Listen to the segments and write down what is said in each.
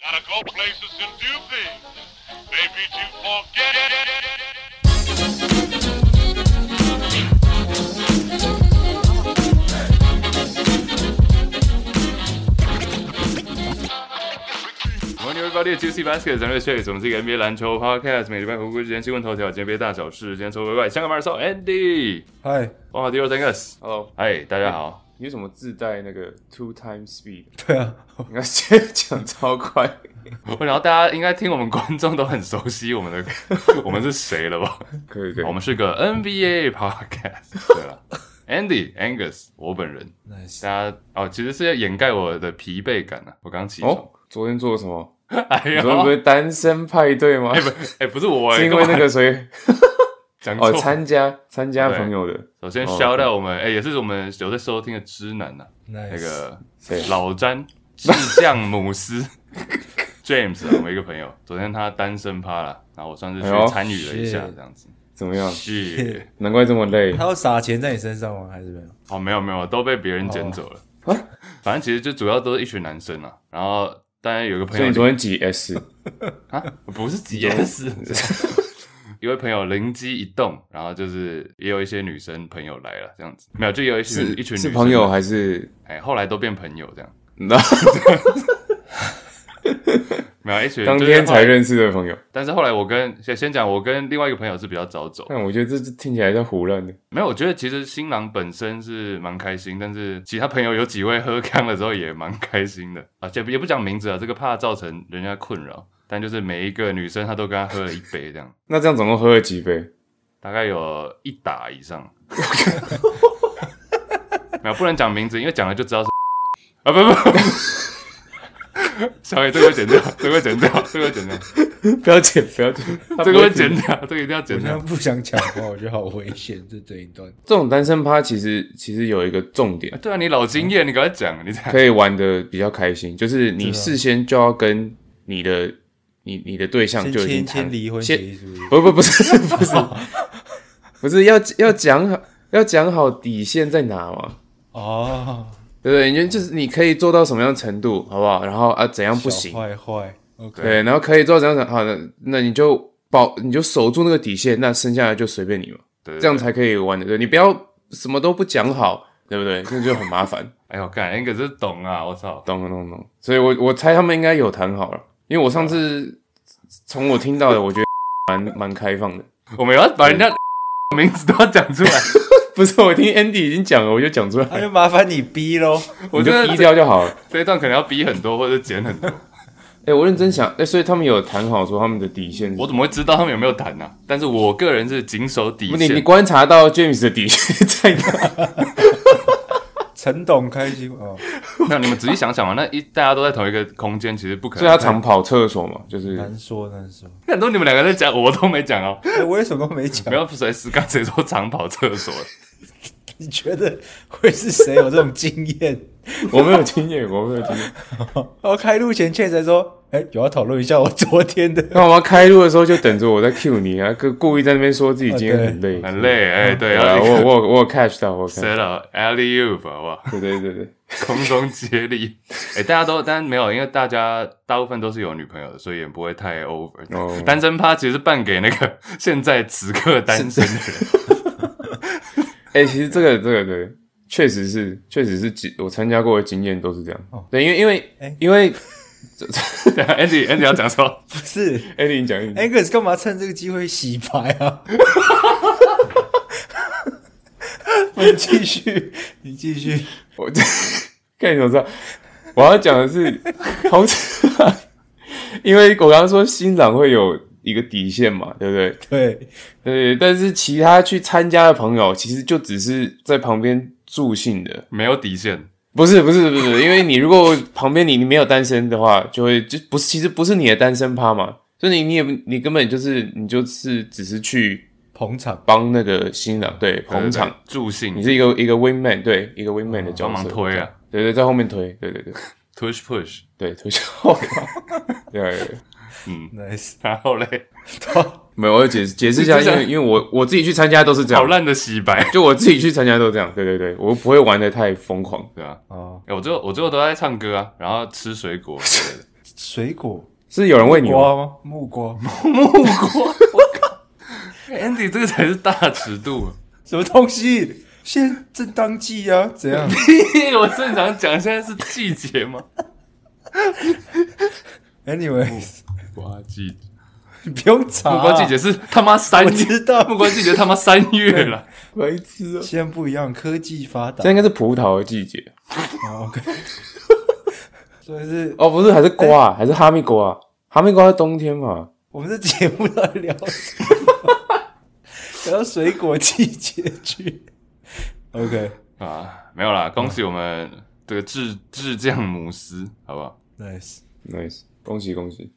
gotta go places and do things. Maybe you forget it. Morning, everybody. Juicy Baskets and Rich Chase，我们是一个 NBA 篮球 podcast，每礼拜回顾之前新闻头条、今天 NBA 大小事、今天抽外外，香港马尔少 Andy，嗨，哇，第二三个， Hello，嗨，大家好。 你为什么自带那个 two time speed？对啊，你看现在讲超快，我想大家应该听我们观众都很熟悉我们的，我们是谁了吧？ 可以可以我，们是个 NBA podcast，对了，Andy Angus，我本人， nice 大家哦，其实是要掩盖我的疲惫感啊。我刚起床，哦，昨天做了什么？哎你呀，昨天不是单身派对吗？哎，不是我，是因为那干嘛个谁讲哦，错。参加参加朋友的首先哦 shout out 我们，哎，也是我们有在收听的知男啊呐， nice，那个谁老詹智将姆斯 James，啊我们一个朋友，昨天他单身趴了，然后我算是去哎呦参与了一下， Shit 这样子。怎么样？是难怪这么累他。要撒钱在你身上吗？还是没有？哦，没有没有，都被别人捡走了。哦啊反正其实就主要都是一群男生啊，然后当然有个朋所友以你昨天几 S？啊，不是 GS，一 位朋友灵机一动，然后就是也有一些女生朋友来了，这样子没有，就有一群一群是女生朋友来还是？哎，后来都变朋友这样， 那没有一群当就是天后才来认识的朋友，但是后来我跟先先讲，我跟另外一个朋友是比较早走，但我觉得这这听起来像胡乱的。没有，我觉得其实新郎本身是蛮开心，但是其他朋友有几位喝康了之后也蛮开心的 啊，且也不讲名字啊，这个怕造成人家困扰。但就是每一个女生她都跟他喝了一杯这样，那这样总共喝了几杯？大概有一打以上。 没有，不能讲名字，因为讲了就知道是 啊，不不 不，小野这个会剪掉，这个会剪掉，这个会剪掉， 不要剪，不要 剪，这个会剪掉，这个一定要剪我现在掉。不想讲话，我觉得好危险。这这一 段这种单身趴其实其实有一个重点啊，对啊，你老经验，你赶快讲，你讲。 可以玩的比较开心，就是你事先就要跟你的你你的对象先就已经签谈签离婚协先议是不是？不不不是 不是不是要要讲好要讲好底线在哪嘛，哦，对不对？你就就是你可以做到什么样的程度，好不好？然后啊怎样不行小，坏坏，OK，对，然后可以做到怎样怎样好的，那你就保你就守住那个底线，那剩下的就随便你嘛，对这样才可以玩的。对你不要什么都不讲好，对不对？这就很麻烦。哎呦，干，那个是懂啊，我操！懂了懂了懂了，所以我我猜他们应该有谈好了，因为我上次从我听到的，我觉得 蛮蛮开放的。我们要把人家 名字都要讲出来， 不是，我听 Andy 已经讲了，我就讲出那来，就麻烦你逼喽。啊我我觉就得低调就好了。这一段可能要逼很多或者剪很多。 哎、我认真想，哎、所以他们有谈好说他们的底线是我怎么会知道他们有没有谈呢、但是我个人是谨守底不你你线。观察到 James 的底线在哪？陈董开心哦， 那你们仔细想想嘛，那一大家都在同一个空间，其实不可所以能。他常跑厕所嘛，就是难说难说。很多你们两个在讲，我都没讲哦。哎我也什么都没不讲，要谁是刚谁说长跑厕所，你觉得会是谁有这种经验？ 哦我没有经验，我没有 经验。然后开录前确实说，哎，有要讨论一下我昨天的。那我们要开录的时候就等着我在 cue 你啊，故故意在那边说自己今天很累。很累哎、对对啊，啊，要我我我有 catch 到， 我有 catch 谁了 alley you 好不好？到对对对对。空中接 力，哎、大家都，但没有，因为大家大部分都是有女朋友的，所以也不会太 over。哦单身趴其实是办给那个现在此刻单 身的人，哎、其实这个这个对，确实是，确实是经我参加过的经验都是这样。哦对，因为因为、哎因为，对啊 Andy Andy 要讲说，不是哎、你讲嗯一讲， Angus 干嘛趁这个机会洗白 啊？你继续，你继续。我看你怎么知道？我要讲的是，同时，因为我刚刚说新郎会有一个底线嘛，对不对？对，对，但是其他去参加的朋友，其实就只是在旁边助兴的，没有底线，不是不是不是，因为你如果旁边你你没有单身的话，就会就不是其实不是你的单身趴嘛，所以你你也不你根本就是你就是只是去捧场。帮那个新郎 对哦捧场，对对对助兴，你是一个一个 win man 对一个 win man 的角帮忙色，推啊对对，在后面推，对对对，push push，对推销， 我靠对对对，嗯 Nice，嗯然后嘞，没有，我要解释解释一下，你因这为因为我我自己去参加都是这好样，烂的洗 白，就我自己去参加都这样，对对对，我不会玩的太疯狂，对啊，哦， 哎、我最后我最后都在唱歌啊，然后吃水果之类的，水果是有人喂你吗？瓜吗？木瓜？木瓜，我靠，Andy 这个才是大尺 度。什么东西？现在正当季啊，怎样？屁！我正常讲，现在是季节吗？ Anyways，瓜季，你不用查、啊啊木瓜季节，是他妈三我月，知道木瓜季节他妈三月了。白痴啊！现在不一样，科技发达这。应该是葡萄的季节好，OK，所以是哦，不是，还是瓜啊，还是哈密瓜啊？哈密瓜是冬天嘛？我们这节目在聊什么？聊到水果季节去。OK，啊，没有啦，恭喜我们这个智智将姆斯，好不好？ nice， nice，恭喜恭喜！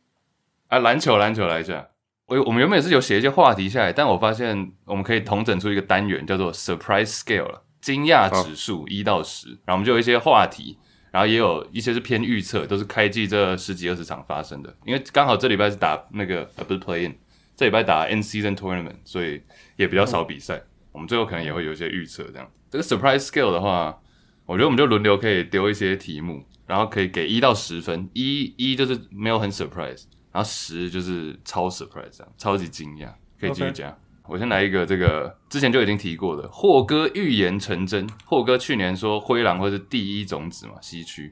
啊，篮球篮球来讲，我我们原本是有写一些话题下来，但我发现我们可以统整出一个单元叫做 surprise scale 了，惊讶指数一到十，然后我们就有一些话题。然后也有一些是偏预测，都是开季这十几二十场发生的，因为刚好这礼拜是打那个呃不是 play in，这礼拜打 end season tournament，所以也比较少比赛。我们最后可能也会有一些预测这样。哦这个 surprise scale 的话，我觉得我们就轮流可以丢一些题目，然后可以给一到十分，一一就是没有很 surprise，然后十就是超 surprise，这样超级惊讶，可以继续 OK 讲。我先来一个这个之前就已经提过的，霍哥预言成真。霍哥去年说灰狼会是第一种子嘛，西区。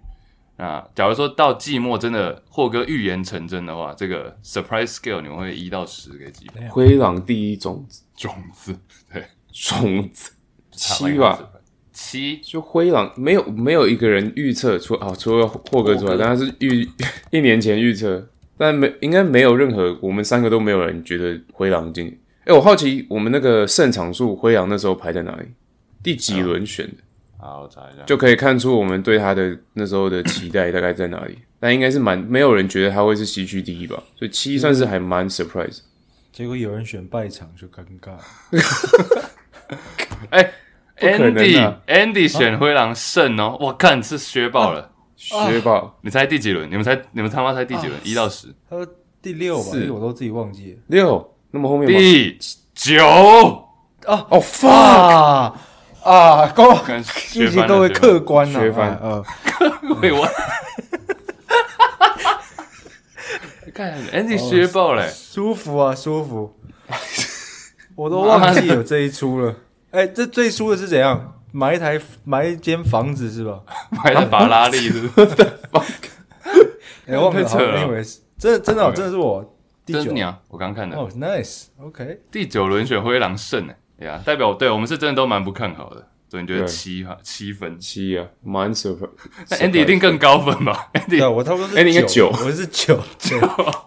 那假如说到季末真的霍哥预言成真的话，这个 surprise scale 你们会一到十给几分？灰狼第一种子，种子对种子七差不多一个吧， surprise 七就灰狼没有没有一个人预测出啊、除了霍格之外，霍格但他是预一年前预测，但没应该没有任何我们三个都没有人觉得灰狼进。哎、我好奇我们那个胜场数，灰狼那时候排在哪里？第几嗯轮选的，好，我查一下，就可以看出我们对他的那时候的期待大概在哪里。 但应该是蛮没有人觉得他会是西区第一吧，所以七算是还蛮 surprise。结果有人选败场就尴尬。哎、可能 Andy、啊啊 Andy 选灰狼胜哦，我看是削爆了。学霸你猜第几轮？你们猜，你们他妈猜第几轮？啊一、到十，他说第六吧，四因为我都自己忘记了。六，那么后面吗第九。哦 Oh, fuck，啊啊，各看谢学谢翻各了位客官啊，学翻哎呃， 喂我，看 Andy 哦削爆嘞、舒服啊，舒服。我都忘记有这一出了。哎，这最输的是怎样？买一台买一间房子是吧？买了法拉利是不 是？哎，忘 了。太扯了 anyways，真的真的哦 OK 真的是我第这是九你。啊，我刚看的、哦，nice，OK，第九轮选灰狼胜哎、呀，代表对我们是真的都蛮不看好的，所以你觉得对七哈七分？七啊，蛮 surprise。那 Andy 一定更高分吧？Andy 对啊，我差不多是哎你应该九我是九九。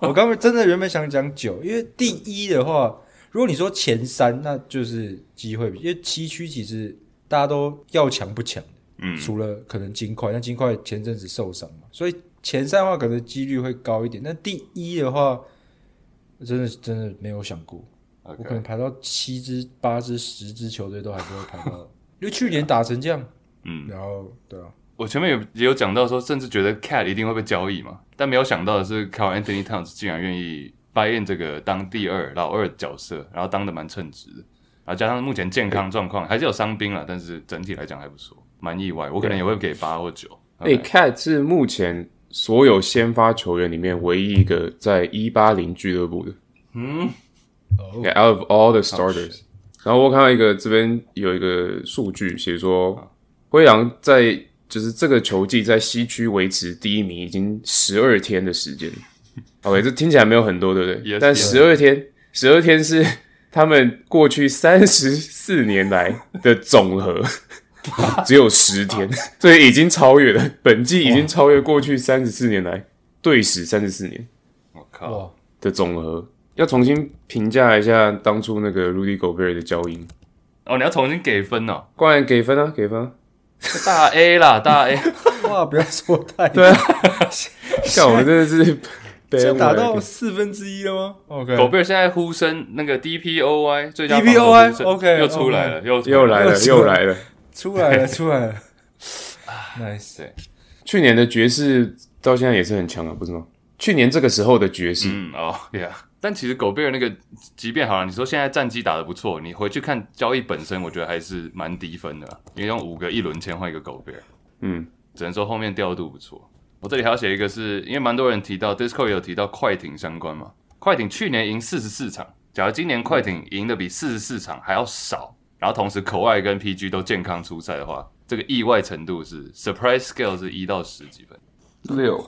我刚刚真的原本想讲九，因为第一的话，如果你说前三，那就是机会比，因为七区其实大家都要强不强，嗯除了可能金块，但金块前阵子受伤嘛，所以前三的话可能几率会高一点，但第一的话，真的真的没有想过。我可能，OK，排到七支、八支、十支球队都还不会排到，因为去年打成这样，嗯，然后对啊，我前面有也有讲到说，甚至觉得 Cat 一定会被交易嘛，但没有想到的是，Carl Anthony Towns 竟然愿意 buy in 这个当第二老二角色，然后当的蛮称职的，然后加上目前健康状况还是有伤兵了，但是整体来讲还不错，蛮意外，我可能也会给八或九。哎、 OK， c a t 是目前所有先发球员里面唯一一个在一八零俱乐部的。嗯，哦 o out of Oh, all the starters，、然后我看到一个这边有一个数据写说，灰狼在就是这个球季在西区维持第一名已经十二天的时 间。OK，这听起来没有很多，对不对 Yes, 但 yes. 十二天，十二天是他们过去三十四年来的 总和。只有十天，所以已经超越了本季，已经超越过去三十四年来队史三十四年。我靠，哇，的总和。要重新评价一下当初那个 Rudy Gobert 的交易，哦，你要重新给分哦，当然给分啊，给分、啊。大 A 啦，大 A，哇，不要说太对啊，像我们真 的是就打到 bandwagon 四分之一了吗？OK，狗贝尔现在呼声那个 DPOY 最佳 DPOY 防守呼声 OK，又出来了，又又来了，又来了。出来 了，出来了，nice，对，去年的爵士到现在也是很强啊，不是吗？去年这个时候的爵士，嗯哦，Yeah。但其实狗贝尔那个，即便好了，你说现在战绩打得不错，你回去看交易本身，我觉得还是蛮低分的啊，因为用五个一轮签换一个狗贝尔，嗯，只能说后面调度不错。我这里还要写一个是，因为蛮多人提到 Discord 有提到快艇相关嘛，快艇去年赢四十四场，假如今年快艇赢的比四十四场还要少，然后同时口外跟 PG 都健康出赛的话，这个意外程度是 surprise scale 是一到十几分六，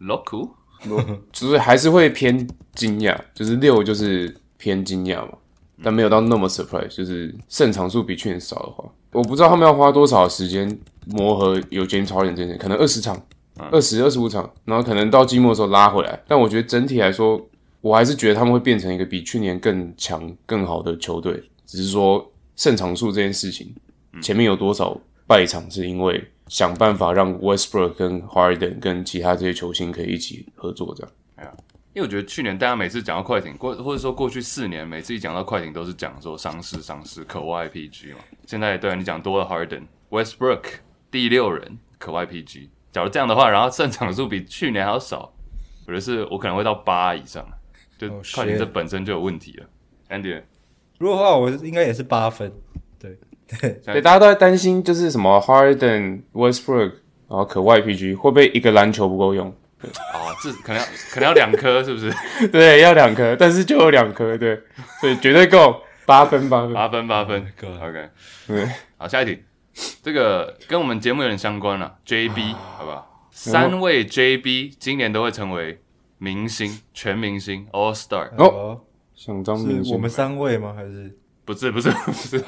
，loco 就是还是会偏惊讶，就是六就是偏惊讶嘛，但没有到那么 surprise，就是胜场数比去年少的话，我不知道他们要花多少时间磨合有 James Harden 这件事，可能二十场、二十二十五场，然后可能到季末的时候拉回来，但我觉得整体来说，我还是觉得他们会变成一个比去年更强、更好的球队，只是说胜场数这件事情，前面有多少败场是因为。想办法让 Westbrook 跟 Harden 跟其他这些球星可以一起合作，这样。因为我觉得去年大家每次讲到快艇，过或者说过去四年，每次一讲到快艇都是讲说伤势、伤势、可外 PG 嘛。现在对你讲多了 Harden、Westbrook 第六人可外 PG，假如这样的话，然后胜场数比去年还要少，我觉得是我可能会到八以上，就 Oh, 快艇 shit. 这本身就有问题了。Andy，如果的话，我应该也是八分。对，对，大家都在担心就是什么 Harden、Westbrook，然后可外 PG 会不会一个篮球不够用？ 啊，这可能要可能要两颗是不是？对，要两颗，但是就有两颗，对，所以绝对够八分八分。八分八分 Oh God ，OK，对，好，下一题，这个跟我们节目有点相关了，JB，好不好？三位 JB 今年都会成为明星，全明星 All Star，哦，想当明是星，我们三位吗？还是不是不是不是，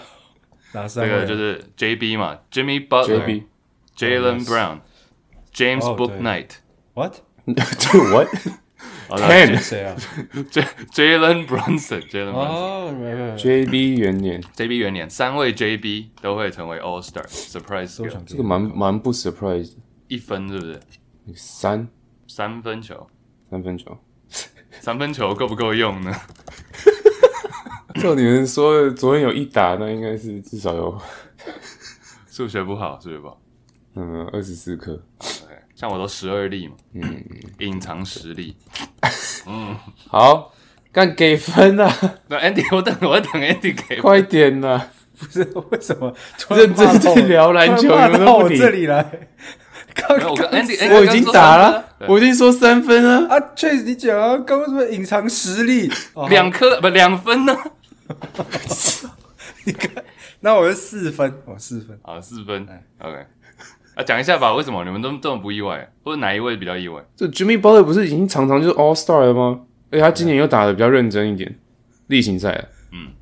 哪三这位啊？个就是 JB 嘛，Jimmy JB Butler、Jalen yes Brown、James 哦 Book 对 Knight， what Do what 好的 ten 谁啊？ J- Jalen Brunson，Jalen Brunson。哦，没有没有， JB 元年， JB 元年，三位 JB 都会成为 All Star，surprise 都想 skill 这这个蛮蛮不 surprise 一分是不是？的，三三分球，三分球。三分球够不够用呢？ 照你们说的，昨天有一打，那应该是至少有数学不好，数学不好。嗯二十四颗。对，像我都十二粒嘛，嗯，隐藏实力。好，干给分啊，那 Andy，我等我等 Andy 给快点啊呐、不是为什么突然认真骂到我地聊篮球突然你们骂都到不我理这里来。刚没有我跟刚 Andy，是 Andy 我已经打了，啊我已经说三分了。啊，确实你讲啊，刚刚什么隐藏实力？哦啊两颗不两分呢？嗯你看，那我是四分，我四分。好，四分。OK，啊，讲一下吧，为什么你们都这么不意外？或者哪一位比较意外？这 Jimmy Butler 不是已经常常就是 All Star 了吗？而且他今年又打的比较认真一点，例行赛了。啊嗯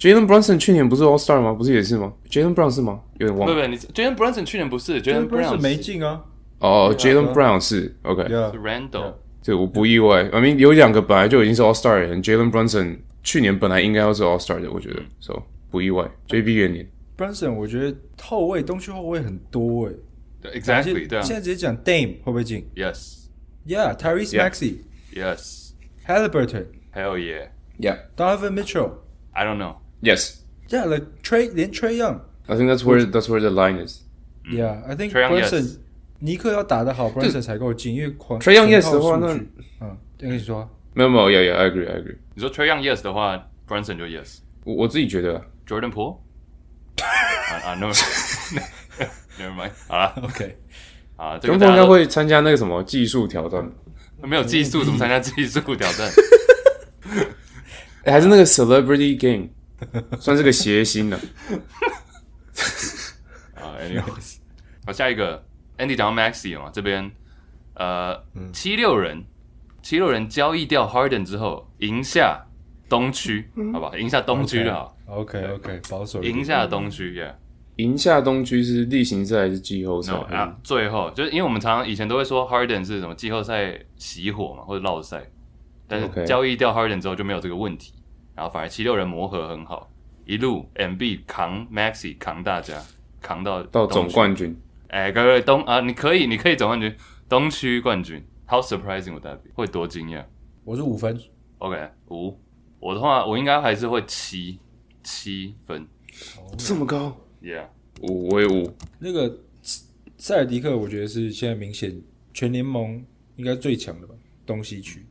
，Jalen Brunson 去年不是 All Star 吗？不是也是吗？Jalen Brown 是吗？有点忘不了。不，你 Jalen Brunson 去年不是 j a Jalen b r Brown n 没进啊哦、j a l e 对啊 n Brown 是 OK， ，Yeah，是 Randall，这我不意外。I mean 有两个本来就已经是 All Star 人，Jalen Brunson 去年本来应该要是 All Star 的，我嗯觉得，so 不意外。JB 元年 Brunson，我觉得后卫东区后卫很多哎、欸。对，Exactly，对啊现在直接讲 Dame 会不会进，Yes，Yes， ？Yeah，Tyrese Yeah Maxey、Halliburton、还有也，Yeah，Yes。 Donovan Mitchell。 I don't know， Yeah，like Trey 连 Trey Young。 I think that's where that's where the line is. Yeah，I think 嗯 Trae Young, yes Brunson 尼克要打得好，Brunson 才够进，因为狂 Trae Young, yes 纯靠的话数那据嗯，跟你说啊，没有没有，yeah yeah，I agree I agree 你说 Trey Young Yes 的话，Brunson 就 Yes，Jordan 我。我自己觉得啊， Poole。啊啊，No，Never mind，好了 OK，啊，这个中大锋应家该都会参加那个什么技术挑战，没有技嗯术，怎么参加技术挑 战？诶还是那 个 Celebrity Game，算是个谐星了。啊，anyways，好，下一个 Andy 讲到 Maxi 了嘛，这边呃嗯七六人七六人交易掉 Harden 之后，赢下东区，嗯好吧，赢下东区就好， OK OK，保守一赢点。下东区，yeah。 赢下东区是例行赛还是季后赛 no 啊，最后就是因为我们常常以前都会说 Harden 是什么季后赛熄火嘛，或者落赛，但是 OK 交易掉 Harden 之后就没有这个问题，然后反而七六人磨合很好，一路 MB 扛 Maxi 扛大家，扛到到东总区冠军，哎，各位东啊，你可以，你可以总冠军，东区冠军，How surprising would that be？会多惊讶我是五分， ？OK，五，我的话，我应该还是会七七分这么高， ，Yeah，五为五，那个塞尔迪克，我觉得是现在明显全联盟应该最强的吧，东西区。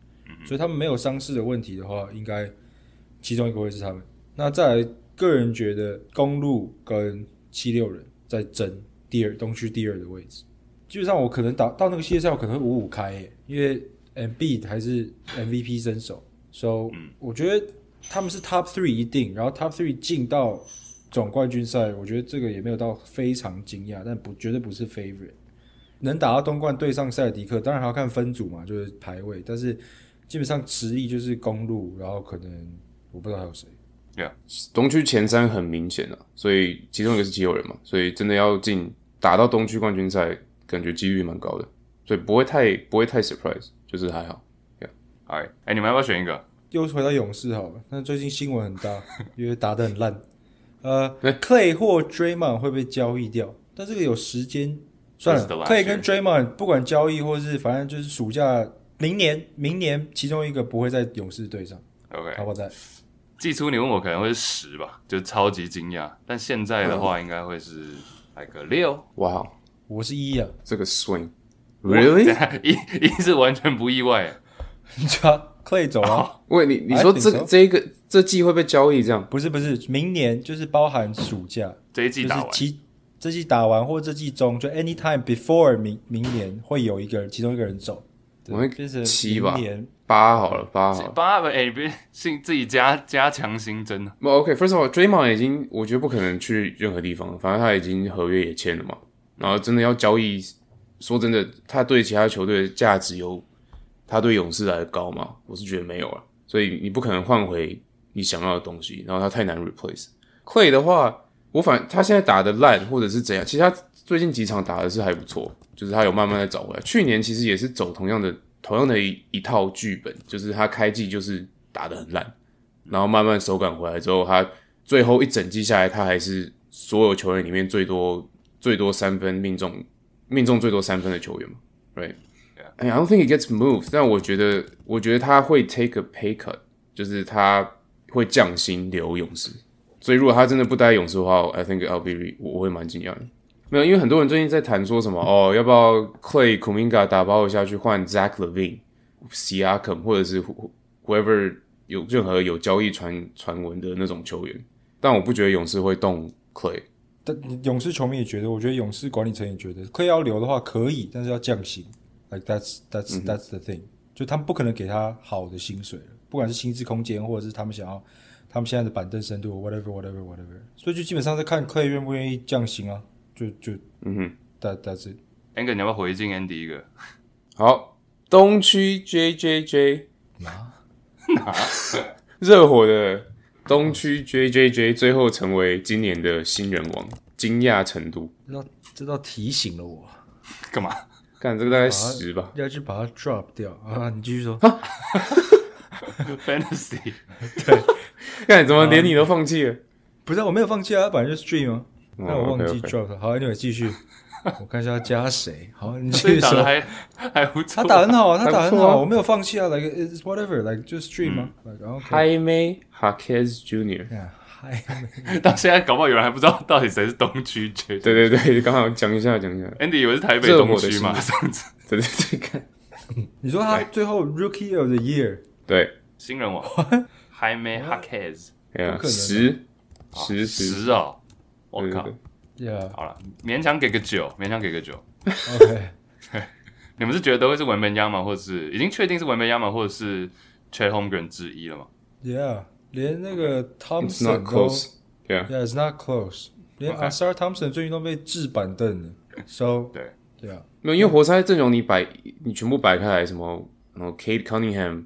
所以他们没有伤势的问题的话，应该其中一个会是他们。那再来，个人觉得公路跟七六人在争第二东区第二的位置，基本上我可能打到那个系列赛，我可能会五五开耶，因为 M B 还是 M V P 身手，so、我觉得他们是 Top Three 一定，然后 Top Three 进到总冠军赛，我觉得这个也没有到非常惊讶，但不绝对不是 favorite。能打到东冠对上塞尔迪克，当然还要看分组嘛，就是排位，但是基本上实力就是公路，然后可能我不知道还有谁，东区前三很明显啊，所以其中一个是七六人嘛，所以真的要进打到东区冠军赛，感觉几率蛮高的，所以不会太不会太 surprise，就是还好。哎、哎，你们要不要选一个？又回到勇士好了，但最近新闻很大， 因为打得很烂。呃，Clay 或 Draymond 会被交易掉，但这个有时间算了。 That's the last Clay 跟 year Draymond 不管交易或是反正就是暑假明年，明年其中一个不会在勇士队上， OK，好不好？在季初你问我可能会是十吧，就超级惊讶。但现在的话应该会是来个六。哇、我是一啊，这个 swing 等 really？下 一一是完全不意外，啊你知道 Clay 走啊？喂，你你 I 说 think 这个 so 这一个这季会被交易这样？不是不是，明年就是包含暑假，这一季就是打完，其这季打完或这季中，就 anytime before 明明年会有一个人，其中一个人走，对我会就是七吧明年八好了，八好了。八吧，哎，别信自己加加强新增啊。不 OK，First、of all，Draymond 已经我觉得不可能去任何地方，反正他已经合约也签了嘛。然后真的要交易，说真的，他对其他球队的价值有他对勇士来的高吗？我是觉得没有了，所以你不可能换回你想要的东西，然后他太难 replace。Clay 的话，我反他现在打的烂或者是怎样，其实他最近几场打的是还不错，就是他有慢慢的找回来。去年其实也是走同样的同样的一一套剧本，就是他开季就是打的很烂，然后慢慢手感回来之后，他最后一整季下来，他还是所有球员里面最多最多三分命中命中最多三分的球员嘛，right？I don't think it gets moved，但我觉得，我觉得他会 take a pay cut，就是他会降薪留勇士。所以如果他真的不待勇士的话，I think I'll be re- 我我会蛮惊讶的。没有，因为很多人最近在谈说什么哦，要不要 Clay Kuminga 打包一下去换 Zach Levine、Siakam 或者是 who- whoever 有任何有交易传传闻的那种球员，但我不觉得勇士会动 Clay。但勇士球迷也觉得，我觉得勇士管理层也觉得，可以要留的话可以，但是要降薪。Like that's that's that's the thing，、就他们不可能给他好的薪水了，不管是薪资空间，或者是他们想要他们现在的板凳深度，whatever whatever whatever。所以就基本上在看 Clay 愿不愿意降薪啊，就就嗯哼， that that's it。 Angus，你要不要回敬 Andy 一个？ 好，东区 J J J 哪热火的东区 J J J 最后成为今年的新人王，惊讶程度，这道这道提醒了我，干嘛？ 看这个大啊概十吧。要去把它 drop 掉啊！你继续说， Fantasy 看怎么啊连你都放弃了？不是我没有放弃啊，它本来就是 stream 啊，那我忘记 OK，OK drop 了。好，anyway 继续，我看一下要加谁。好，你继所以续打的说。还还不错他啊，打很好啊，他打很还不错好啊，啊嗯我没有放弃啊，like it's whatever，like just stream 啊，like OK， Jaime Jaquez Jr.，嗨， 到现在搞不好有人还不知道到底谁是东区 J。对对对，刚好讲一下讲一下， Andy 以为是台北东区嘛，上次对对对，看 你说他最后 Rookie of the Year 对，新 人王 Jaime Jaquez 哎呀不，可能啊十十十，十哦，我对对靠对， ，Yeah，OK，好了，勉强给个九，勉强给个九。你们是觉得会是文本亚马，或者是已经确定是文本亚马，或者是 Chet Holmgren 之一了吗？ Yeah，连那个，It's not Thompson 都 close，对啊， ，Yeah，it's not close，连 OK Asar Thompson 最近都被置板凳了，So 对，Yeah，没有，因为活塞阵容你摆你全部摆开来，什么然后 Kate Cunningham、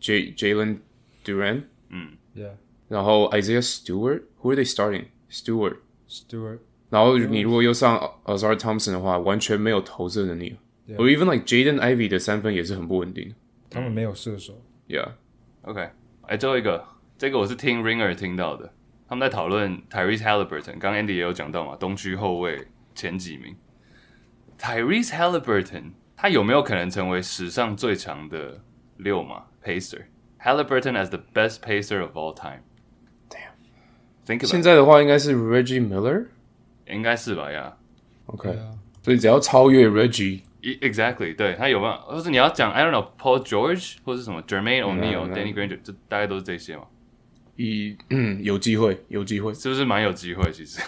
J Jalen Duran， Yeah，然后 Isaiah Stewart，Who are they starting？Stewart， Stewart，然后你如果又上 Azar Thompson 的话，完全没有投射能力。 Yeah. 我 even like Jaden Ivy 的三分也是很不稳定。他们没有射手， Yeah， OK，哎、最后一个，这个我是听 Ringer 听到的，他们在讨论 Tyrese Halliburton，刚刚 Andy 也有讲到嘛，东区后卫前几名，Tyrese Halliburton 他有没有可能成为史上最强的六嘛 Pacer？Halliburton as the best pacer of all time。Damn，think 现 about 在的话应该是 Reggie Miller。 it，应该是吧呀、 OK，、对啊所以只要超越 Reggie， e- Exactly，对他有办法，或是你要讲 I don't know，Paul George 或是什么 Jermaine O'Neal、嗯嗯 Danny Granger，这大概都是这些嘛，以嗯 有机会，有机会。是不是蛮有机会？其实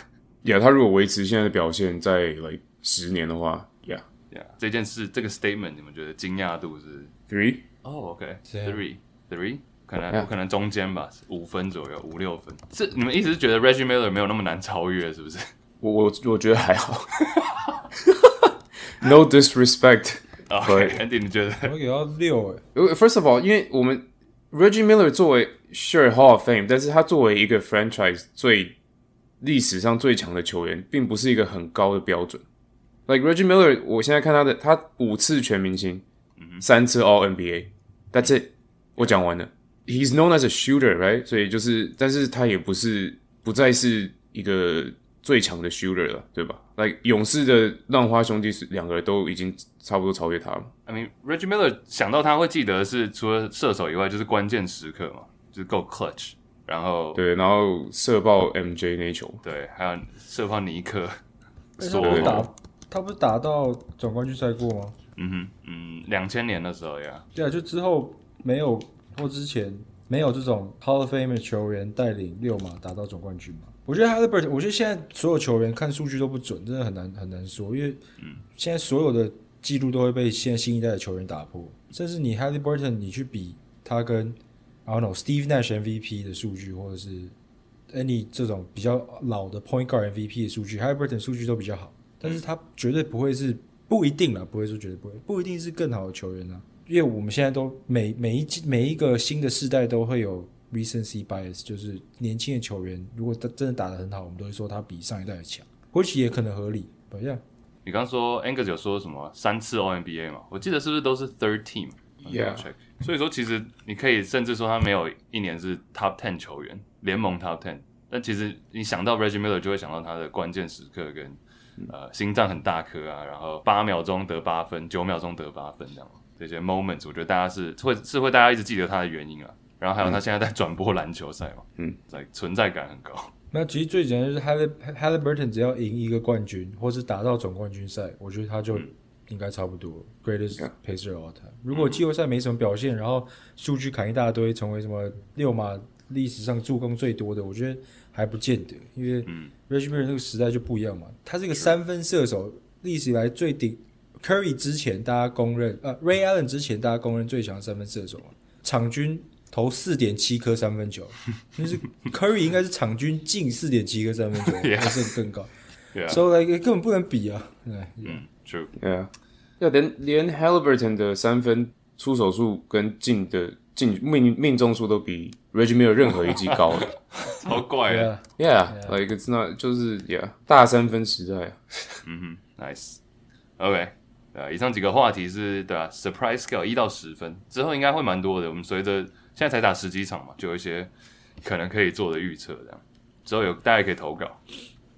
Yeah，他如果维持现在的表现，在 like 十年的话，Yeah， Yeah，这件事这个 statement 你们觉得惊讶度是？ Three，哦，OK，这样 three three，可能啊 Yeah 可能中间吧，五分左右，五六分。是你们意思是觉得 Reggie Miller 没有那么难超越，是不是？ 我我我觉得还好。no disrespect，啊对，Andy 你觉得？我给到六哎，呃 First of all，因为我们 Reggie Miller 作为 Sure Hall of Fame，但是他作为一个 franchise 最历史上最强的球员，并不是一个很高的标准。Like Reggie Miller，我现在看他的，他五次全明星，三次 All NBA，That's it，我讲完了。He's known as a shooter，right？所以就是，但是他也不是不再是一个最强的 shooter 了，对吧？Like 勇士的浪花兄弟是两个都已经差不多超越他了。 I mean, Reggie Miller 想到他会记得是除了射手以外，就是关键时刻嘛，就是够 clutch，然后对，然后射爆 MJ 那一球，对，还有射炮尼克，哎他索不是罗，打他不是打到总冠军赛过吗？嗯哼，嗯，两千年的时候呀，对啊，就之后没有或之前没有这种 Hall of Fame 的球员带领六马打到总冠军嘛？我觉得 Halliburton，我觉得现在所有球员看数据都不准，真的很难很难说，因为现在所有的记录都会被现在新一代的球员打破，甚至你 Halliburton 你去比他跟 I don't know Steve Nash MVP 的数据，或者是 any 这种比较老的 point guard MVP 的数据，Halliburton 数据都比较好，但是他绝对不会是不一定啦，不会说绝对不会，不一定是更好的球员啊，因为我们现在都每每一季每一个新的世代都会有 recency bias，就是年轻的球员如果他真的打得很好，我们都会说他比上一代的强，或许也可能合理，不像你刚说 Angus 有说什么三次 All NBA 嘛？我记得是不是都是 third team？ Yeah. check。所以说，其实你可以甚至说他没有一年是 top ten 球员，联盟 top ten。但其实你想到 Reggie Miller 就会想到他的关键时刻跟呃心脏很大颗啊，然后八秒钟得八分，九秒钟得八分这样这些 moments，我觉得大家是会是会大家一直记得他的原因啊。然后还有他现在在转播篮球赛嘛，嗯，在存在感很高。那其实最简单就是 Halli Halliburton 只要赢一个冠军，或是打到总冠军赛，我觉得他就应该差不多、greatest Yeah. pacer of all time。如果季后赛没什么表现，然后数据砍一大堆，成为什么六马历史上助攻最多的，我觉得还不见得，因为 Reggie Miller 那个时代就不一样嘛。他是一个三分射手，历史以来最顶 Curry 之前大家公认，呃，Ray Allen 之前大家公认最强的三分射手嘛，场均投四点七颗三分球，就是 Curry 应该是场均近四点七颗三分球， Yeah. 还是更高，对啊，所以 like 根本不能比啊，对，嗯，true，对啊，要连连 Halliburton 的三分出手数跟进的进命命中数都比 Reggie Miller 任何一季高了。超怪对的。啊， Yeah，like it's not 就是 Yeah 大三分时代啊。嗯哼，nice，OK，、对啊，以上几个话题是对啊，surprise scale 一到十分之后应该会蛮多的。我们随着现在才打十几场嘛，就有一些可能可以做的预测，这样之后有大家可以投稿。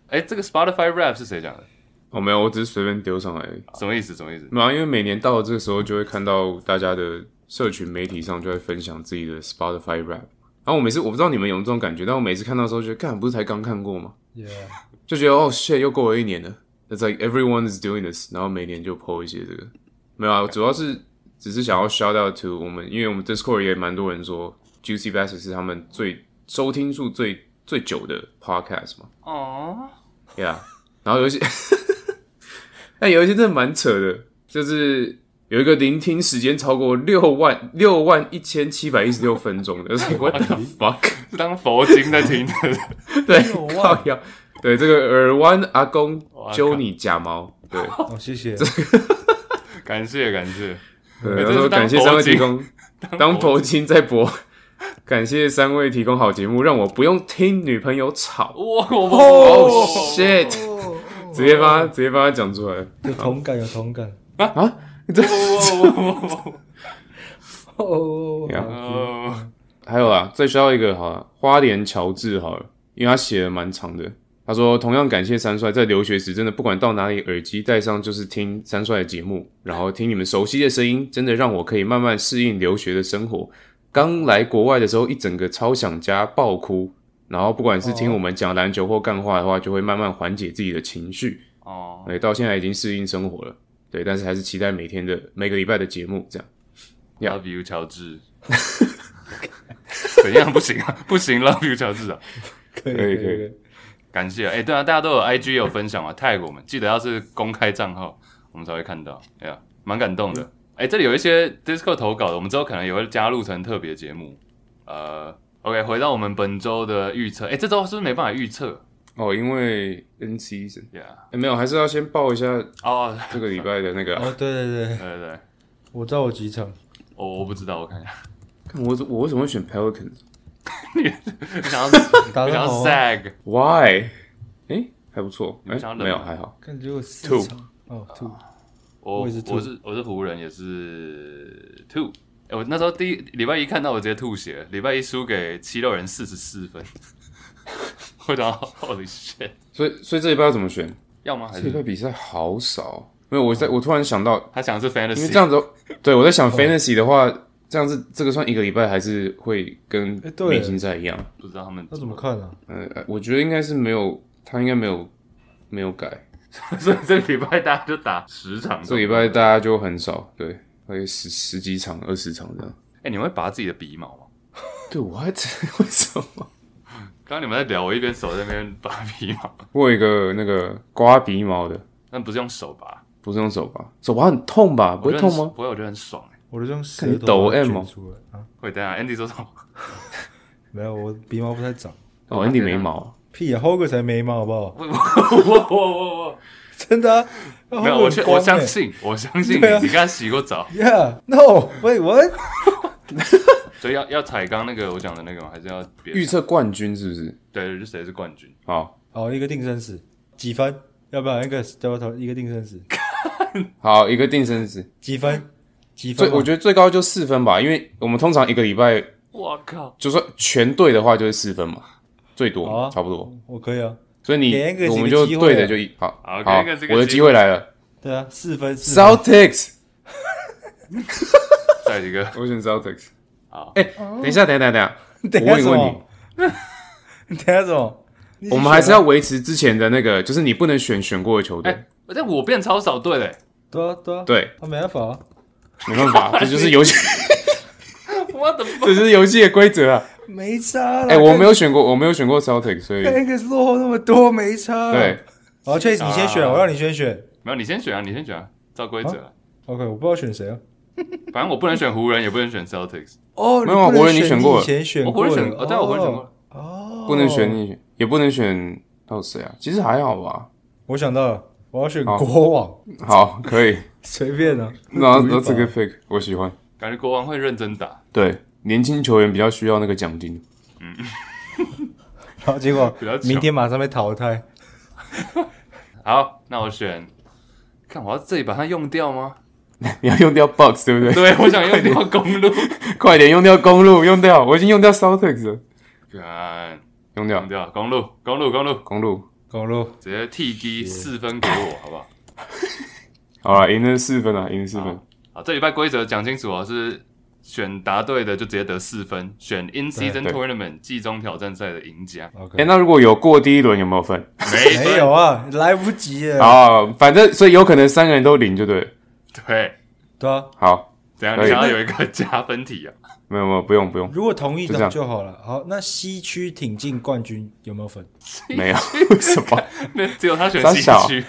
哎，这个 Spotify rap 是谁讲的？哦，没有，我只是随便丢上来而已。什么意思？什么意思？没有啊，因为每年到了这个时候，就会看到大家的社群媒体上就会分享自己的 Spotify rap。然后我每次我不知道你们有没有这种感觉，但我每次看到的时候觉得，干不是才刚看过吗？ yeah。就觉得哦 shit，又过了一年了。It's like everyone is doing this，然后每年就 PO 一些这个。没有啊，主要是只是想要 shout out to 我们，因为我们 Discord 也蛮多人说 Juicy Bass 是他们最收听数最最久的 podcast 嘛。哦， Yeah，然后有一些， 但有一些真的蛮扯的，就是有一个聆听时间超过六万六万一千七百一十六分钟的，我 what the fuck？是 当佛经在听的。 对六，万靠腰，对这个耳湾阿公啊哇揪你假毛，对， 哦，谢谢。感谢感谢，对，这他是 说当感谢三位佛经提供当佛经在播，感谢三位提供好节目，让我不用听女朋友吵。哇， Oh 哦 shit！直接帮他直接帮他讲出来。有同感，有同感。哦， Yeah 好哦，还有啦，再挑一个好了，花莲乔治好了，因为他写的蛮长的。他说，同样感谢三帅，在留学时真的不管到哪里，耳机戴上就是听三帅的节目，然后听你们熟悉的声音，真的让我可以慢慢适应留学的生活。刚来国外的时候，一整个超想家，爆哭。然后不管是听我们讲篮球或干话的话，就会慢慢缓解自己的情绪。哦，对，到现在已经适应生活了。对，但是还是期待每天的每个礼拜的节目这样。Yeah Love you，乔治。 怎样不行啊？不行，Love you，乔治啊！可以可以可以。 感谢，哎、对啊，大家都有 IG 有分享嘛，tag 我们，记得要是公开账号，我们才会看到。哎呀，蛮感动的。哎、这里有一些 Disco 投稿的，我们之后可能也会加入成特别节目。呃，OK，回到我们本周的预测。哎、这周是不是没办法预测哦，因为 N C 生， ？Yeah，哎，没有，还是要先报一下哦、这个礼拜的那个啊、哦，对对对，对对对，我知道我几场，我、我不知道，我看一下。 看我我为什么会选 Pelicans？Why？你想要你打想得要好啊， sag 哎、还不错，哎、们想要冷没有，吗还好。看只有四吐场，哦吐，我我也是我 two 是我是湖人，也是 two。哎我那时候第一礼拜一看到我直接吐血，礼拜一输给七六人四十四分， 我想到 holy shit，所以所以这礼拜要怎么选？要吗？还这礼 拜是比赛好少，没有，我在我突然想到，他想的是因为 fantasy？这样子，对我在想 Fantasy 的话，这样子这个算一个礼拜还是会跟哎对明星赛一样？不知道他们 那怎么看啊？嗯、呃，我觉得应该是没有，他应该没有没有改。所以这个礼拜大家就打十场。这个礼拜大家就很少，对，大概十十几场、二十场这样。哎、你们会拔自己的鼻毛吗？对，我还真为什么？刚刚你们在聊，我一边手在那边拔鼻毛，我有一个那个刮鼻毛的，但不是用手拔，不是用手拔，手拔很痛吧？我不会觉得痛很吗？哦不会，我觉得很爽、欸。我都用舌头抖把它 M 哦卷出来啊，会，等一下 Andy 说什么？ 没有，我鼻毛不太长，哦，你没毛，屁啊，Hogan 才眉毛好不好？我我我我真的啊，我没有，我确我相欸欸信，我相信你，对啊你刚才洗过澡。 ，Yeah，No，Wait what？所以要要踩刚那个我讲的那个吗？还是要别的预测冠军是不是？对对，就谁是冠军？好，哦好，一个定生死，几分？要不要 Angus？要不要投一个定生死？好，一个定生死。几分？几分最嘛？我觉得最高就四分吧，因为我们通常一个礼拜我靠！就算全对的话就是四分嘛，最多、好啊差不多。我可以啊，所以你给 Angus 我们一个就机会啊对的就一好好好给 Angus 一个我的机机会会来了对啊，四分，四分，Celtics，再一个，我选 Celtics。好哎、等一下，等一下，等一下，等一下我问一什个问么你，？你等一下什么？你啊我们还是要维持之前的那个，就是你不能选选过的球队，哎， 但我变超少对 嘞，对啊对啊，对，啊没办法啊，没办法，这就是游戏， 我的这就是游戏的规则啊。没差了。哎、我没有选过，我没有选过 Celtics，所以 Angus 落后那么多，没差。啊对，，好，Chase 你先选，啊我让你先选。没有，你先选啊，你先选啊，照规则啊。 OK，我不知道选谁啊。反正我不能选湖人，也不能选 Celtics，哦，没有啊你不能湖人你选过了你以前选我过湖了，人选，哦，对啊，我湖人选过了。哦，不能选你，也不能选到谁啊？其实还好吧。我想到了，我要选好国王，好，可以。随便啊。然后，然赌一后把这个 pick 我喜欢。感觉国王会认真打，对，年轻球员比较需要那个奖金。 然后结果比较强明天马上被淘汰。好，那我选，看我要自己把它用掉吗？ 你要用掉 Box 对不对？对，我想用掉公 路。 快点用掉公路，用掉，我已经用掉 Celtics 了，看，用用掉掉公路，公路，公路，公路。公路，直接 T D 四分给我，好不好？好了，赢了四分啊，赢了四分好。好，这礼拜规则讲清楚哦，是选答对的就直接得四分，选 in season 对 tournament 季中挑战赛的赢家 OK 哎、那如果有过第一轮有没有分？没没有啊，来不及了。啊，反正所以有可能三个人都零就对了。对，对啊，好，怎样？可以你想要有一个 加分题啊？没有没有，不用不用，如果同意就这的样就好了。好，那西区挺进冠军有没有分？没有， 为什么？那只有他选三西小区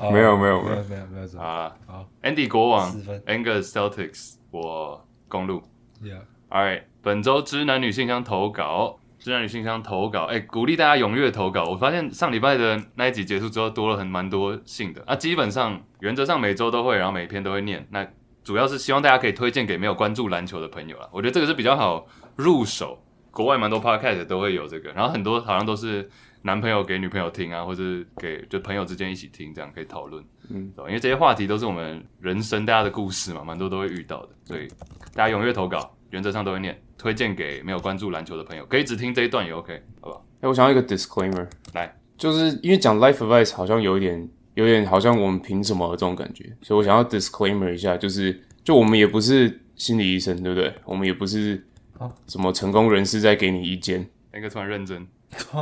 啊没有没有没没有有没有没有这样。啊好。 Andy 国王四分，Angus Celtics，我公路。 Yeah， Alright，本周知男女信箱投稿，知男女信箱投稿，哎、鼓励大家踊跃投稿。我发现上礼拜的那一集结束之后，多了很蛮多信的啊。基本上原则上每周都会，然后每篇都会念。那主要是希望大家可以推荐给没有关注篮球的朋友啦，我觉得这个是比较好入手。国外蛮多 podcast 都会有这个，然后很多好像都是男朋友给女朋友听啊，或是给就朋友之间一起听，这样可以讨论。嗯嗯，因为这些话题都是我们人生大家的故事嘛，蛮多都会遇到的，所以大家踊跃投稿，原则上都会念，推荐给没有关注篮球的朋友，可以只听这一段也 OK，好不好？哎、我想要一个 disclaimer，来，就是因为讲 life advice 好像有一点，有点好像我们凭什么这种感觉，所以我想要 disclaimer 一下，就是就我们也不是心理医生，对不对？我们也不是啊什么成功人士在给你意见，那个突然认真，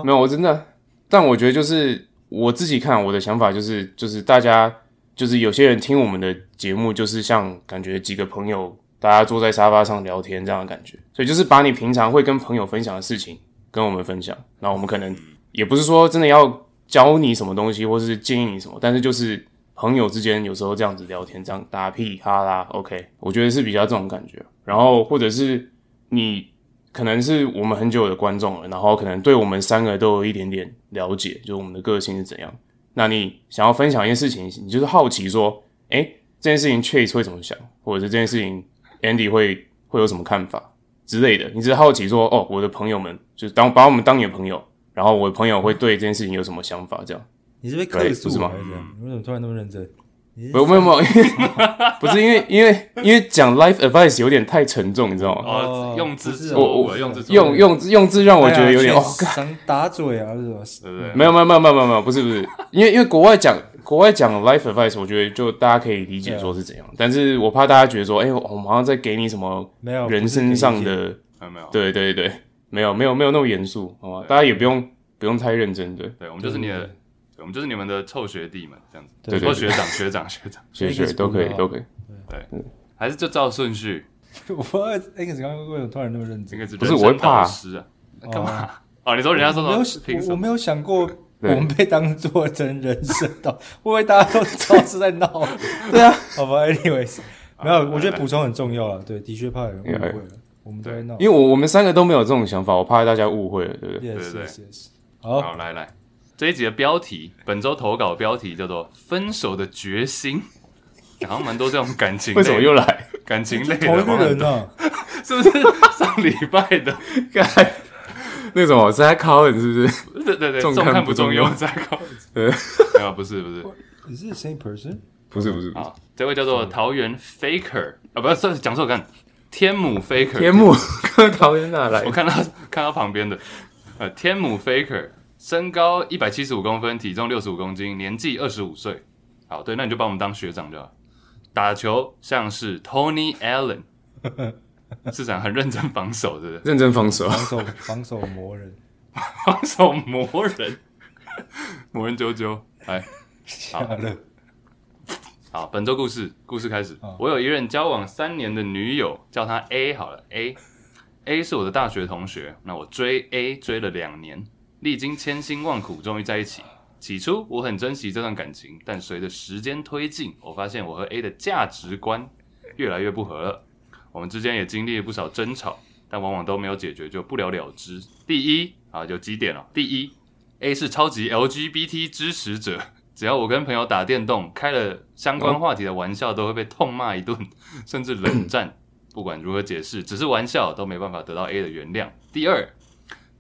没有，我真的，但我觉得就是我自己看我的想法就是，就是大家就是有些人听我们的节目，就是像感觉几个朋友大家坐在沙发上聊天这样的感觉，所以就是把你平常会跟朋友分享的事情跟我们分享，那我们可能也不是说真的要教你什么东西，或是建议你什么，但是就是朋友之间有时候这样子聊天，这样打屁哈啦，OK，我觉得是比较这种感觉。然后或者是你可能是我们很久的观众了，然后可能对我们三个都有一点点了解，就是我们的个性是怎样。那你想要分享一件事情，你就是好奇说，哎、这件事情 Chase 会怎么想，或者是这件事情 Andy 会会有什么看法之类的。你只是好奇说，哦，我的朋友们就是当把我们当你的朋友，然后我的朋友会对这件事情有什么想法，这样。你是被对克不诉是吗还是怎样？你为什么突然那么认真？你是不，没有没有，因为 不是因为因为因为讲 life advice 有点太沉重，你知道吗？哦哦，用不字是错啊误不了，是用啊字错误用，用用字让我觉得有点哎哦呀，想打嘴啊，是什么？对不对？ 没有没有没有没有没有没有，不是不是，因为因为国外讲国外讲 life advice，我觉得就大家可以理解说是怎样，但是我怕大家觉得说，哎、我们好像在给你什么没有人身上，的，没有没有，对对对对，没有没有没有那么严肃，好吧，大家也不用不用太认真，对，对，我们就是你的，对我们就是你们的臭学弟们这样子，对臭对学长学长学长，学 Vegas 学都可以不知道都可以，还是就照顺序，不是可以理解我 X 刚刚为什么突然那么认应真？该是不是我会怕人生导师啊，干嘛？哦，你说人家说没有什么凭想，我什我么？没有想过我对们被当做真人生到，会不会大家都知道是在闹？ 对啊， 好吧，anyways，没有，我觉啊来得补充很重要了。对，的确怕有人误会 Yeah，了，我们都在闹。因为我我们三个都没有这种想法，我怕大家误会了，对不对对？yes 对 yes yes，好，好，来来，这一集的标题，本周投稿标题叫做《分手的决心》，好像蛮多这种感情类，为什么又来？感情类的？同一个好像人啊，是不是上礼拜的？干 那种是在 Colin 是不是？对对对，重重看看不不重重用用，再搞。呃， 没有，不是不 是。你是 same person？不是不是，不是啊，这位叫做桃园 Faker 啊，不是讲错，我看天母 Faker，天幕 跟桃园哪来 我？看到看到旁边的，呃，天母 Faker，身高一百七十五公分，体重六十五公斤，年纪二十五岁。好，对，那你就把我们当学长就好。打球像是 Tony Allen，市长很认真防守，是不是？认真防守，防守防守 魔人，防守魔人， 魔人啾啾，来。下了好，本周故事，故事开始。好我有一任交往三年的女友，叫她 A 好了，A。A 是我的大学同学，那我追 A 追了两年，历经千辛万苦，终于在一起。起初我很珍惜这段感情，但随着时间推进，我发现我和 A 的价值观越来越不合了。我们之间也经历了不少争吵，但往往都没有解决，就不了了之。第一啊，有几点哦。第一，A 是超级 LGBT 支持者，只要我跟朋友打电动，开了相关话题的玩笑，都会被痛骂一顿， 甚至冷战。不管如何解释，只是玩笑都没办法得到 A 的原谅。第二，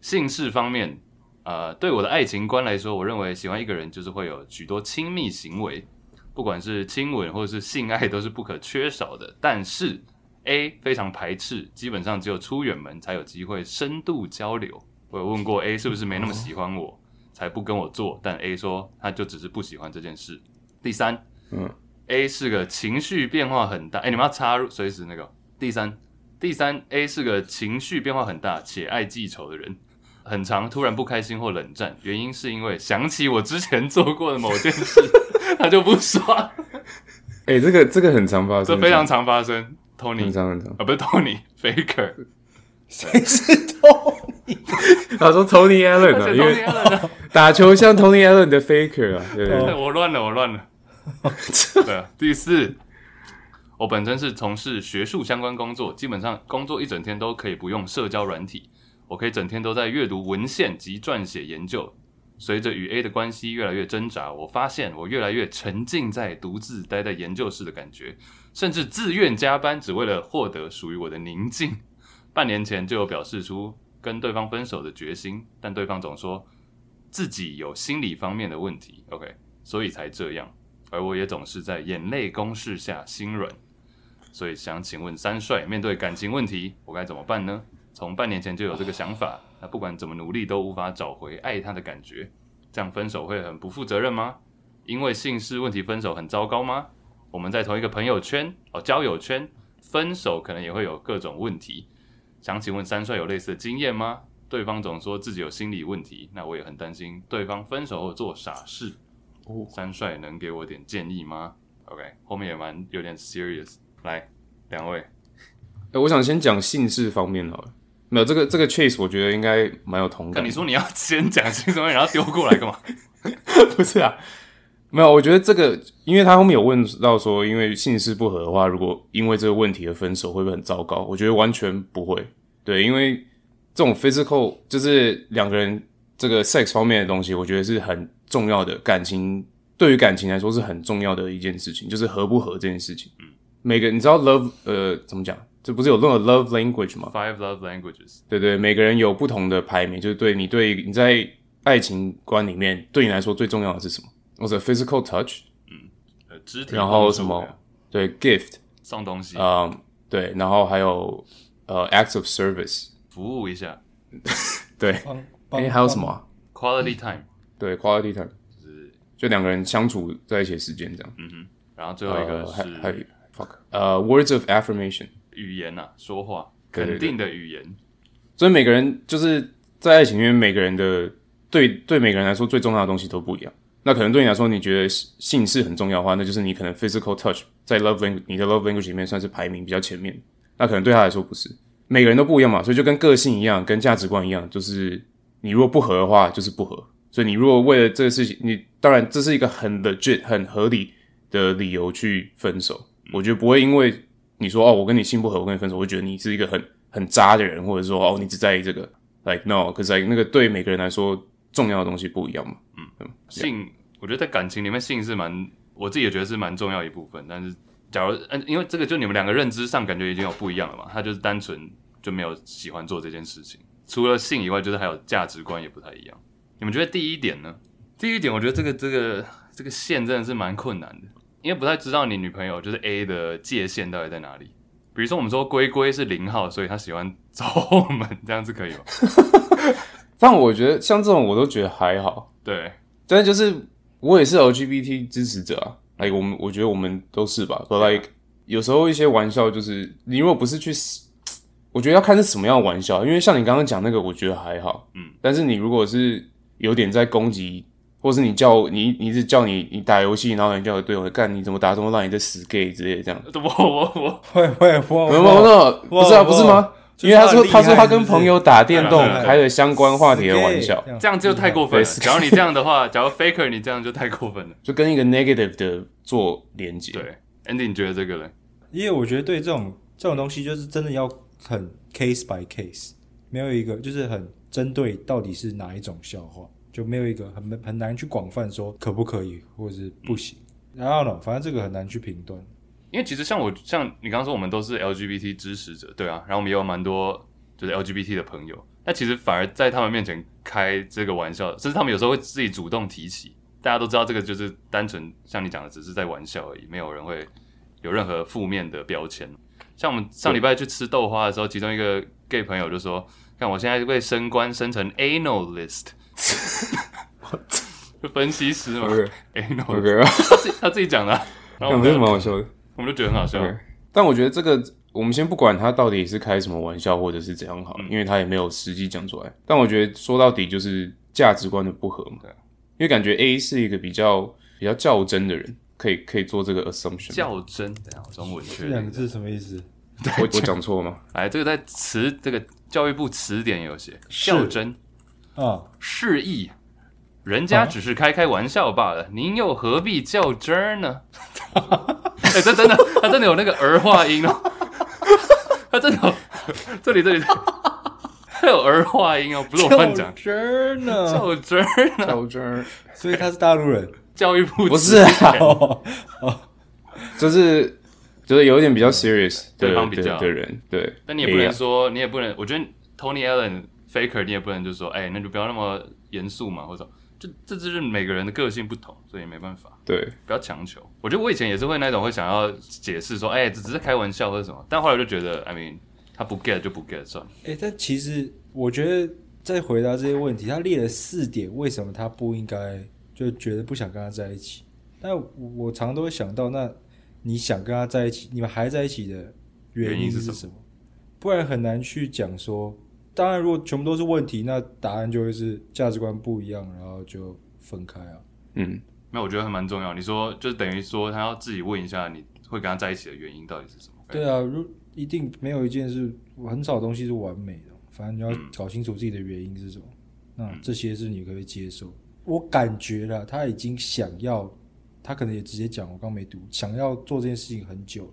性事方面，呃，对我的爱情观来说，我认为喜欢一个人就是会有许多亲密行为，不管是亲吻或是性爱都是不可缺少的。但是 A 非常排斥，基本上只有出远门才有机会深度交流。我有问过 A 是不是没那么喜欢我，才不跟我做，但 A 说他就只是不喜欢这件事。第三，嗯，A 是个情绪变化很大，哎、你们要插入随时那个哦。第三，第三，A 是个情绪变化很大且爱记仇的人，很常突然不开心或冷战，原因是因为想起我之前做过的某件事， 他就不爽，哎，这个这个很常发生，这非常常发生。很 Tony 常很常。啊，不是 Tony，Faker，谁是 Tony？ 他说 Tony Allen 啊，而且因 Tony 为 Allen 啊打球像 Tony Allen 的 Faker 啊，对对对对， 我乱了，我乱了。对啊，第四，我本身是从事学术相关工作，基本上工作一整天都可以不用社交软体，我可以整天都在阅读文献及撰写研究。随着与 A 的关系越来越挣扎，我发现我越来越沉浸在独自待在研究室的感觉，甚至自愿加班只为了获得属于我的宁静。半年前就有表示出跟对方分手的决心，但对方总说自己有心理方面的问题，OK，所以才这样。而我也总是在眼泪攻势下心软，所以想请问三帅，面对感情问题，我该怎么办呢？从半年前就有这个想法，那不管怎么努力都无法找回爱他的感觉，这样分手会很不负责任吗？因为姓氏问题分手很糟糕吗？我们在同一个朋友圈哦交友圈，分手可能也会有各种问题，想请问三帅有类似的经验吗？对方总说自己有心理问题，那我也很担心对方分手后做傻事。哦三帅能给我点建议吗？OK，后面也蛮有点 serious。来，两位，哎我想先讲姓氏方面好了。没有这个这个 Chase，我觉得应该蛮有同那感的。你说你要先讲清楚，然后丢过来干嘛？不是啊？没有，我觉得这个，因为他后面有问到说，因为姓氏不合的话，如果因为这个问题而分手，会不会很糟糕？我觉得完全不会。对，因为这种 physical 就是两个人这个 sex 方面的东西，我觉得是很重要的，感情对于感情来说是很重要的一件事情，就是合不合这件事情。嗯，每个你知道 love 呃怎么讲？这不是有那种 love language 吗？ Five love languages，对对，每个人有不同的排名，就是对你对你在爱情观里面，对你来说最重要的是什么？或者 physical touch，呃，肢体然后碰触什么啊对 gift，送东西，嗯，对，然后还有呃 acts of service，服务一下对，帮帮哎还有什么 啊、 ，quality time，对 quality time，就是就两个人相处在一起的时间这样。嗯哼，然后最后一呃，个还还有是 fuck，呃 words of affirmation，语言呐，说话，对对肯对定的语言，所以每个人就是在爱情里面，每个人的对对每个人来说最重要的东西都不一样。那可能对你来说，你觉得性是很重要的话，那就是你可能 physical touch 在 love language 你的 love language 里面算是排名比较前面。那可能对他来说不是，每个人都不一样嘛，所以就跟个性一样，跟价值观一样，就是你如果不合的话，就是不合。所以你如果为了这个事情，你当然这是一个很 legit 很合理的理由去分手，我觉得不会因为你说哦，我跟你性不合，我跟你分手，我会觉得你是一个很很渣的人，或者说哦，你只在意这个，like no，cause like 那个对每个人来说重要的东西不一样嘛。性，我觉得在感情里面性是蛮，我自己也觉得是蛮重要一部分。但是，假如嗯，因为这个就你们两个认知上感觉已经有不一样了嘛，他就是单纯就没有喜欢做这件事情。除了性以外，就是还有价值观也不太一样。你们觉得第一点呢？第一点，我觉得这个这个这个线真的是蛮困难的，因为不太知道你女朋友就是 A 的界限到底在哪里。比如说，我们说龟龟是零号，所以他喜欢走后门，这样子可以吗？但我觉得像这种我都觉得还好，对，但是就是我也是 LGBT 支持者啊，like 我们我觉得我们都是吧，but like 有时候一些玩笑就是你如果不是去死。我觉得要看是什么样的玩笑，因为像你刚刚讲那个，我觉得还好，嗯但是你如果是有点在攻击，或是你叫你你一直叫你你打游戏，然后你叫你队友干你怎么打这么烂，你在死 gay 之类的这样，我我我会会会没有没有没有，有，不是啊哇不是吗？就是因为他说很厉害他说他跟朋友打电 动是不是开了相关话题的玩笑，嗯这样就太过分了。对假如你这样的话，假如 Faker 你这样就太过分了。就跟一个 negative 的做连接。 对，Andy 你觉得这个嘞？因为我觉得对这种这种东西，就是真的要很 case by case，没有一个就是很针对到底是哪一种笑话，就没有一个很很难去广泛说可不可以或者是不行。然后呢，反正这个很难去评断。因为其实像我，像你刚刚说，我们都是 LGBT 支持者，对啊，然后我们也有蛮多就是 LGBT 的朋友。那其实反而在他们面前开这个玩笑，甚至他们有时候会自己主动提起。大家都知道这个就是单纯像你讲的，只是在玩笑而已，没有人会有任何负面的标签。像我们上礼拜去吃豆花的时候，其中一个 gay 朋友就说：“看我现在被升官升成 analyst，就分析师嘛 OK ，analyst。 OK，他自己他自己讲的啊、然后那我我们觉得就啊蛮好笑的。我们就觉得很好笑。对，但我觉得这个我们先不管他到底是开什么玩笑或者是怎样嗯好了，因为他也没有实际讲出来。但我觉得说到底就是价值观的不合嘛，对啊因为感觉 A 是一个比较比较较真的人，可以可以做这个 assumption。较真，等一下我中文确这两个定。字什么意思？我我讲 错了吗？哎，这个在词这个教育部词典也有写，较真啊，示意，人家只是开开玩笑罢了，您又何必较真儿呢？ 哎，这真的，他真的有那个儿化音哦， 他真的有，这里这 里，他有儿化音哦，不是我乱讲，较真儿 呢，较真儿呢？较真，所以他是大陆人。 教育部不是啊词典哦，就是就是有一点比较 serious 的对方比较的的人，对。但你也不能 A 啊说，你也不能，我觉得 Tony Allen Faker，你也不能就说，哎、那就不要那么严肃嘛，或者这这就是每个人的个性不同，所以没办法，对，不要强求。我觉得我以前也是会那种会想要解释说，哎、这只是开玩笑或者什么，但后来我就觉得，I mean，他不 get 就不 get 算了。哎，但其实我觉得在回答这些问题，他列了四点，为什么他不应该就觉得不想跟他在一起？但我常常都会想到，那你想跟他在一起，你们还在一起的原因原因是是什什么？不然很难去讲说。当然，如果全部都是问题，那答案就会是价值观不一样，然后就分开啊。嗯，没有，我觉得还蛮重要。你说就是等于说他要自己问一下，你会跟他在一起的原因到底是什么？对啊，如一定没有一件是很少东西是完美的，反正你要搞清楚自己的原因是嗯什么。那这些是你可以接受。我感觉了，他已经想要他可能也直接讲，我刚没读，想要做这件事情很久了，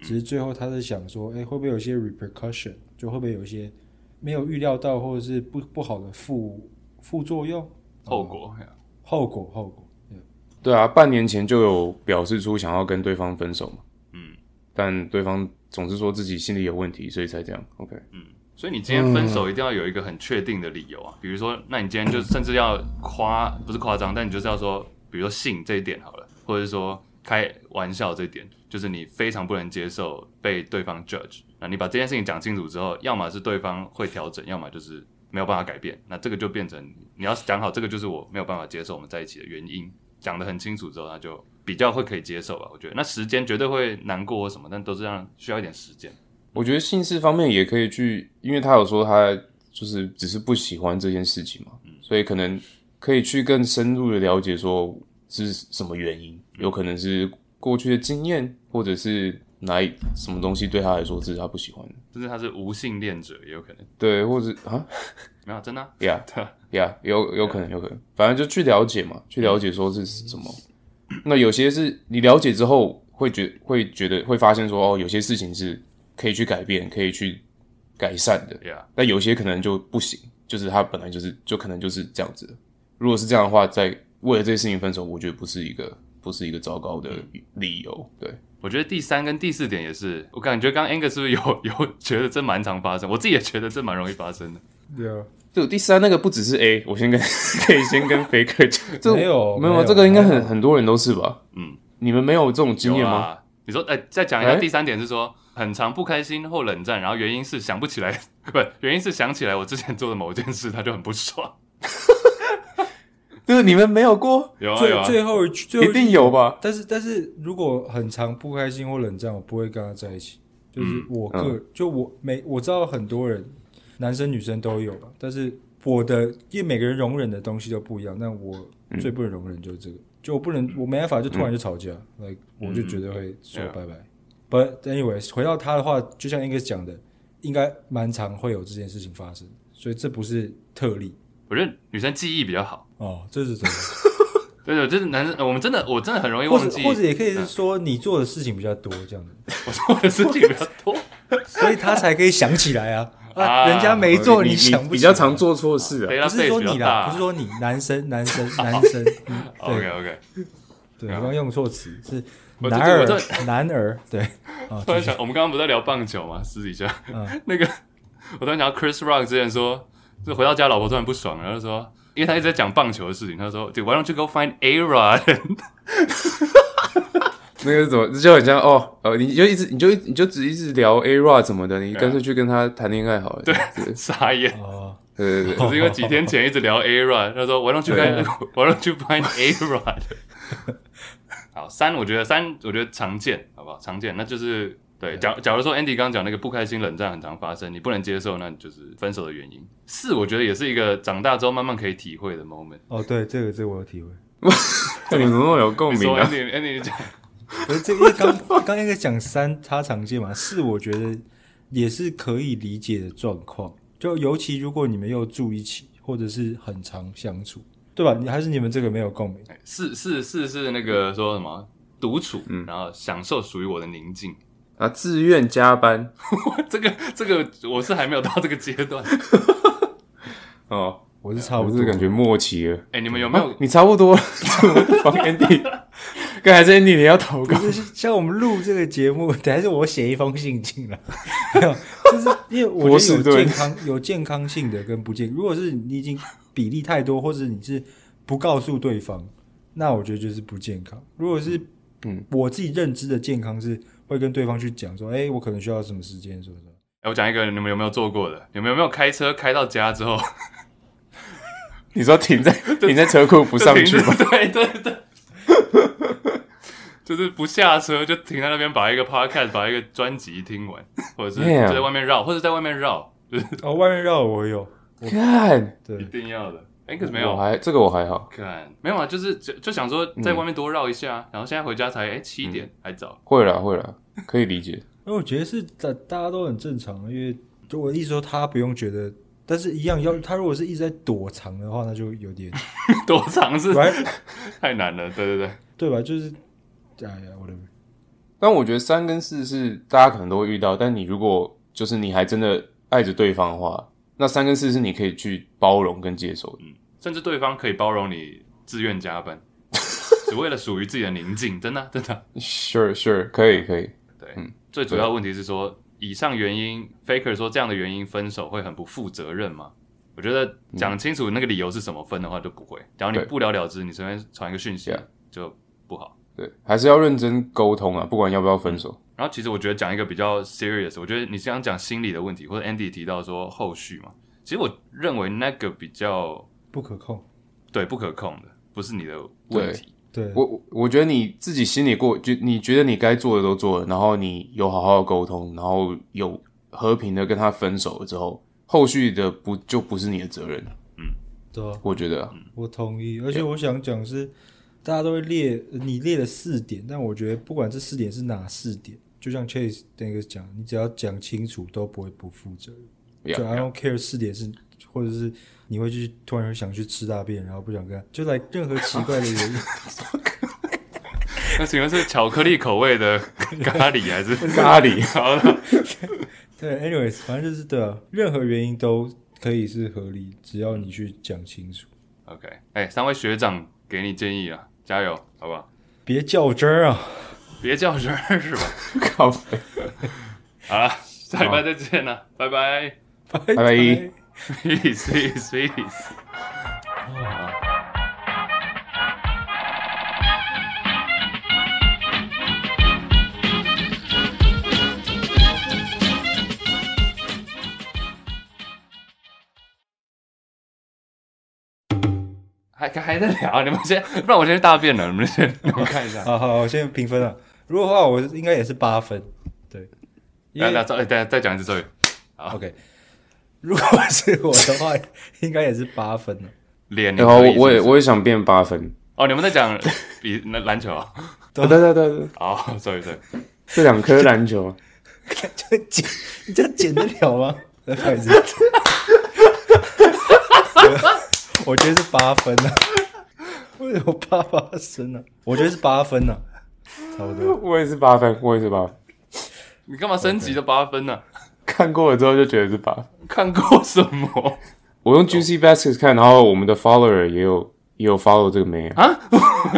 只是最后他是想说，哎、会不会有一些 repercussion，就会不会有一些没有预料到或者是不不好的副副作用、后果。后果、后果。对对啊，半年前就有表示出想要跟对方分手嘛，嗯但对方总是说自己心里有问题，所以才这样。OK，所以你今天分手一定要有一个很确定的理由啊，比如说，那你今天就甚至要夸，不是夸张，但你就是要说，比如说性这一点好了，或者是说开玩笑这一点，就是你非常不能接受被对方 judge。那你把这件事情讲清楚之后，要么是对方会调整，要么就是没有办法改变。那这个就变成你要讲好，这个就是我没有办法接受我们在一起的原因，讲得很清楚之后，那就比较会可以接受吧。我觉得那时间绝对会难过或什么，但都是让需要一点时间。我觉得性事方面也可以去，因为他有说他就是只是不喜欢这件事情嘛，所以可能可以去更深入的了解说是什么原因，有可能是过去的经验，或者是哪一什么东西对他来说这是他不喜欢的，甚至他是无性恋者也有可能，对，或者啊没有真的啊、呀 对啊呀，有有可能有可能，反正就去了解嘛，去了解说是什么。那有些是你了解之后会觉会觉得会发现说哦，有些事情是可以去改变，可以去改善的。 Yeah，但有些可能就不行，就是他本来就是就可能就是这样子的。如果是这样的话，在为了这些事情分手，我觉得不是一个不是一个糟糕的嗯理由。对，我觉得第三跟第四点也是，我感觉刚刚 Angus 是不是有 有觉得这蛮常发生？我自己也觉得这蛮容易发生的。对啊，对，第三那个不只是 A，我先跟可以先跟 Faker 讲，这没有 没没有这个应该没很有很多人都是吧？嗯，你们没有这种经验有吗？啊，你说，哎、再讲一下哎第三点是说，很常不开心或冷战，然后原因是想不起来， 不，原因是想起来我之前做的某件事，他就很不 爽。就是你们没有过，有啊有最啊，最后一句，最后哎一一句定有吧？但是但是如果很长不开心或冷战，我不会跟他在一起。嗯就是我个、就我每我知道很多人，男生女生都有吧，但是我的因为每个人容忍的东西都不一样，但我最不能容忍就是这个，就我不嗯能我没办法就突然就吵架，那、我就绝对会说嗯拜拜。But anyway，回到他的话，就像 Angus 讲的，应该蛮常会有这件事情发生，所以这不是特例我觉得女生记忆比较好。哦，这是真的。对对，就是男生，我们真的，我真的很容易或忘者记，嗯或者也可以是说你做的事情比较多这样子。我做的事情比较多。所以他才可以想起来 啊啊！啊人家没做，呃你你想不起来比较常，做错事啊。对不他是说 base 你比较大啦，不是说你男生 男生男生，嗯 OK 对 OK， 对，我刚用错词是啊我男我儿这男儿， 对哦突然想，我们刚刚不是在聊棒球吗？私底下， 那个我突然想到 Chris Rock 之前说，就回到家老婆突然不爽，然后就说，因为他一直在讲棒球的事情，他说，Dude，why don't you go find A Rod？那个怎么就很像哦，呃，你就一直你就你就只一直聊 A Rod 什么的，你干脆去跟他谈恋爱好了。啊对傻眼，哦，对对对，只是因为几天前一直聊 A Rod，他说，why don't you 对 find，why don't you find A Rod？好，三，我觉得三，我觉得常见，好不好？常见，那就是对。假假如说 Andy 刚刚讲那个不开心、冷战很常发生，你不能接受，那你就是分手的原因。四，我觉得也是一个长大之后慢慢可以体会的 moment。哦，对，这个这个我有体会。你们怎么那么有 共你鸣说啊？ Andy，Andy 你讲。不是这个，因为刚刚刚那个讲三，他常见嘛，四我觉得也是可以理解的状况。就尤其如果你们又住一起，或者是很常相处，对吧？你还是你们这个没有共鸣。 是是是是那个说什么独处，然后享受属于我的宁静。 啊，自愿加班这个这个我是还没有到这个阶段。 哦，我是差我不是多，感觉默契了。哎、你们有没有？啊你差不多了， 帮 Andy，刚才是 Andy 你要投稿不是像我们录这个节目，等下是我写一封信进 来，没有，就是因为我觉波士得有顿健康有健康性的跟不健，如果是你已经比例太多，或者你是不告诉对方，那我觉得就是不健康。如果是嗯我自己认知的健康是会跟对方去讲说，哎、我可能需要什么时间，什么什么。哎我讲一个，你们有没有做过的？你们有没有开车开到家之 后你说 停在停在车库不上去就吗 停？对对对，就是不下车就停在那边，把一个 podcast 把一个专辑听完， 或者是 Yeah 就在外面绕，或者在外面绕，就是 哦，外面绕我有，看，一对，定要的。哎、可是没有我，还这个我还好，看没有啊，就是就就想说在外面多绕一下，然后现在回家才哎七、点，还早。会了会了，可以理解。因为我觉得是大大家都很正常，因为就我的意思说他不用觉得，但是一样要他如果是一直在躲藏的话，那就有点 多长是 right。太难了，对对对，对吧？就是，哎呀，我的但我觉得三跟四是大家可能都会遇到，但你如果就是你还真的爱着对方的话，那三跟四是你可以去包容跟接受的。甚至对方可以包容你自愿加 班，只为了属于自己的宁静，真的啊真的啊。 Sure, sure，可以，可以。对，最主要的问题是说，以上原因，Faker 说这样的原因分手会很不负责任吗？我觉得讲清楚那个理由是什么分的话就不会。假如你嗯对不了了之，你随便传一个讯息 Yeah 就不好。对，还是要认真沟通啊，不管要不要分手。然后其实我觉得讲一个比较 serious，我觉得你想讲心理的问题，或者 Andy 提到说后续嘛，其实我认为那个比较不可控。对不可控的，不是你的嗯问题。对，我我我觉得你自己心里过，就你觉得你该做的都做了，然后你有好好的沟通，然后有和平的跟他分手了之后，后续的不就不是你的责任？对啊，我觉得、 啊，我同意。而且我想讲是，大家都会列，你列了四点，但我觉得不管这四点是哪四点，就像 Chase 那个讲，你只要讲清楚，都不会不负责任。 Yeah, 就 I don't care 四点是，或者是你会去突然想去吃大便，然后不想跟他，就来任何奇怪的原 因。那请问是巧克力口味的咖喱还是 咖喱？好了，对，anyways，反正就是对啊，任何原因都可以是合理，只要你去讲清楚， OK，哎、三位学长给你建议啊，加油，好不好？别较真儿啊。别较真儿是吧？咖啡。好了，下礼拜再见了，拜拜拜拜 ，peace peace peace。还还在聊，你们先，不然我先去大便了。你们先，你们看一下。好好，我先评分啊。如果的话，我应该也是八分。对，因来为来，再哎等下再讲一次咒语， OK，如果是我的话，应该也是八分啊了。脸。你然后可以哎我也是不是我也想变八分。哦，你们在讲比那篮球啊？对对对对，哦，sorry sorry，这两颗篮球，这样剪，你这样剪得了吗？来，不好意思，我我觉得是八分呢、啊。为什么八八声呢？我觉得是八分呢、啊差不多。 我也是八分，我也是八分。你干嘛升级的八分呢、看过了之后就觉得是八分。看过什么 我用 Juicy Baskets 看，然后我们的 follower 也有也有 follow 这个妹啊，啊？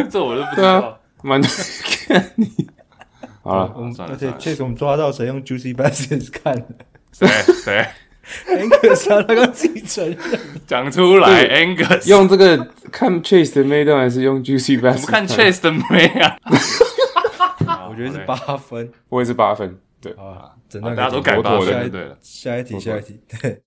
这我都不知对道啊。，蛮多看 你。好了，我们算了而且算了确实我们抓到谁用 Juicy Baskets 看的，谁谁很可惜啊，他刚自己承认。讲出来对？Angus，用这个看 Chase 的妹段还是用 Juicy 我 Baskets？们看 Chase 的没啊？我觉得是八分我也是八分，对。啊，整好嘞，段啊大家都改妥八妥分就下一的对了。下一题，下一题，对。